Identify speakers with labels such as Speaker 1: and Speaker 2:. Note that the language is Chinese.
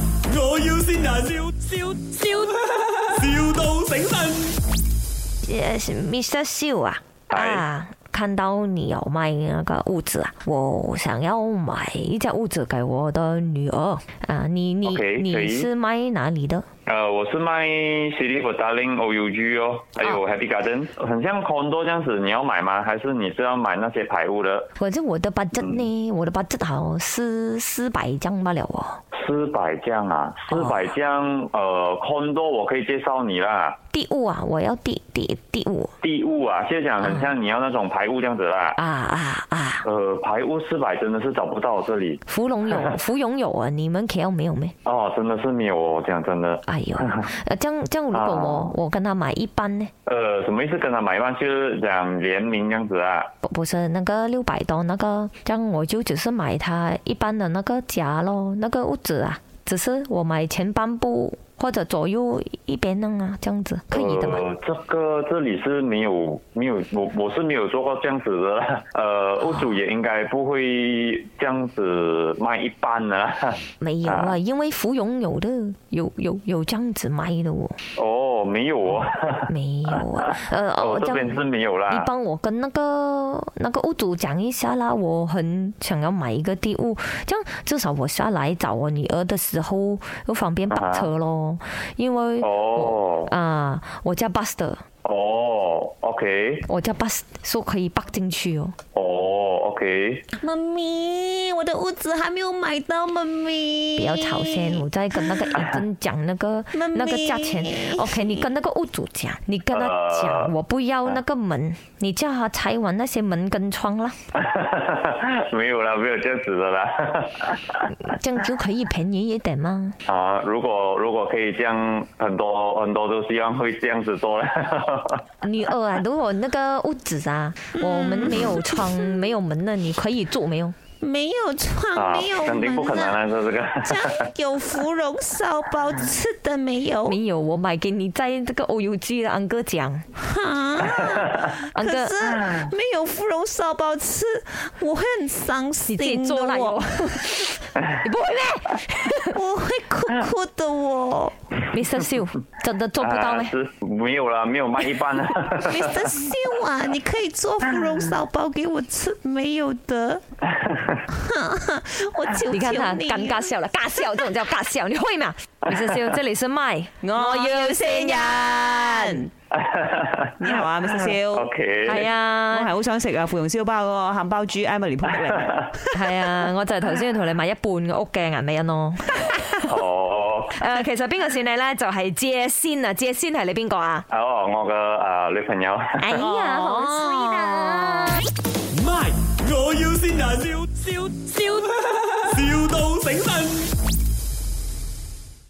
Speaker 1: 要先人，笑笑笑，,笑到醒神。
Speaker 2: 也呃是 Mr. 秀啊，
Speaker 3: 哎
Speaker 2: 啊，看到你有卖那个屋子啊，我想要买一间屋子给我的女儿啊，你你
Speaker 3: OK，可
Speaker 2: 你
Speaker 3: 以
Speaker 2: 是卖哪里的？
Speaker 3: 呃，我是卖 City for Darling OUG 哦，还有 Happy Garden，很像 condo 这样子，你要买吗？还是你是要买那些排屋的？
Speaker 2: 反正我的 budget 呢，我的 budget 好四四百张罢了哦。
Speaker 3: 四百酱啊，四百酱，呃，condo 我可以介绍你啦。
Speaker 2: 第五啊，我要第第第五
Speaker 3: 地屋啊，现在讲很像你要那种排屋这样子啦。
Speaker 2: 啊啊啊！
Speaker 3: 呃，排屋四百真的是找不到这里
Speaker 2: 芙蓉 有，芙蓉有啊，你们 KL 没有没？
Speaker 3: 哦，真的是没有哦，讲真的。
Speaker 2: 哎 呦，呃，这样这样，如果
Speaker 3: 啊
Speaker 2: 我我跟他买一般呢，
Speaker 3: 呃，什么意思？跟他买办就是讲联名这样子啊。
Speaker 2: 不不是那个六百多那个，这样我就只是买他一般的那个家咯，那个屋子啊，只是我买前半部或者左右一边弄啊，这样子可以的吗？
Speaker 3: 呃，这个这里是没有没有，我我是没有做过这样子的啦。
Speaker 2: 哦
Speaker 3: 呃，屋主也应该不会这样子卖一半的啦。
Speaker 2: 没有啊，
Speaker 3: 啊
Speaker 2: 因为芙蓉有的，有有有这样子卖的哦，
Speaker 3: 哦，没有哦，
Speaker 2: 没有啊，呃
Speaker 3: 哦，
Speaker 2: 这
Speaker 3: 这边
Speaker 2: 样。
Speaker 3: 是没有
Speaker 2: 你
Speaker 3: 啦。
Speaker 2: 帮我跟那个那个屋主讲一下啦，我很想要买一个地屋，这样至少我下来找我女儿的时候又方便
Speaker 3: 啊
Speaker 2: 绑
Speaker 3: 哈
Speaker 2: 车咯，因为
Speaker 3: 哦
Speaker 2: 啊、我家 bus 的，
Speaker 3: 哦，OK，
Speaker 2: 我家 bus 说可以绑进去哦。
Speaker 3: 哦，OK，
Speaker 4: 妈咪，我的屋子还没有买到，妈咪。
Speaker 2: 不要吵先，我再跟那个医生讲那个
Speaker 4: 哎妈咪
Speaker 2: 那个价钱。OK，你跟那个屋主讲，你跟他
Speaker 4: 啊
Speaker 3: 呃
Speaker 2: 讲，我不要那个门，你叫他拆完那些门跟窗啦，
Speaker 3: 没有啦，没有这样子的啦。
Speaker 4: 啊
Speaker 2: 这样就可以便宜一点嘛。
Speaker 3: 啊，如果如果可以这样，很多很多都希望会这样子 做了。
Speaker 2: 女二啊，如果那个屋子啊，
Speaker 4: 嗯
Speaker 2: 我们没有 窗、没有门的，你可以住没有？
Speaker 4: 没有窗，
Speaker 3: 啊
Speaker 4: 没有，
Speaker 3: 肯定不可
Speaker 4: 门
Speaker 3: 能
Speaker 4: 啊。
Speaker 3: 啊，这这个。
Speaker 4: 这样有芙蓉烧包吃的没有？
Speaker 2: 没有，我买给 你在这个 O U G 的安哥讲，
Speaker 4: 哈，
Speaker 2: 安
Speaker 4: 可
Speaker 2: 哥啊
Speaker 4: 是没有芙蓉烧包吃，我会很伤
Speaker 2: 你
Speaker 4: 心
Speaker 2: 自己
Speaker 4: 的。
Speaker 2: 做来哦
Speaker 4: 我，
Speaker 2: 你不会咩？
Speaker 4: 我会哭哭的哦我。
Speaker 2: Mr. 秀真的做不到
Speaker 3: 啊
Speaker 2: 咩？
Speaker 3: 是没有啦，没有卖一半啦。
Speaker 4: Mr. 秀啊，你可以做芙蓉烧包给我吃没有 的？我求求
Speaker 2: 你看他
Speaker 4: 你
Speaker 2: 尴尬笑了，尬笑这种叫尬笑，你会 吗？Mr. 秀，这里是麦，
Speaker 4: 我
Speaker 2: 我
Speaker 4: 要先人。你好啊，Mr. 肖，
Speaker 3: OK。
Speaker 2: 系
Speaker 4: 我係
Speaker 2: 啊
Speaker 4: 好想食啊芙蓉燒包嗰個鹹包豬 Emily 撲嚟嘅，
Speaker 2: 係 啊，我就係頭先同你買一半嘅屋嘅顏美欣咯。
Speaker 3: 哦，
Speaker 2: 誒，其實邊個算你咧？就係謝先啊，謝先係你邊個啊？
Speaker 3: 哦，我嘅啊女朋友。
Speaker 2: 哎呀，好 sweet 啊！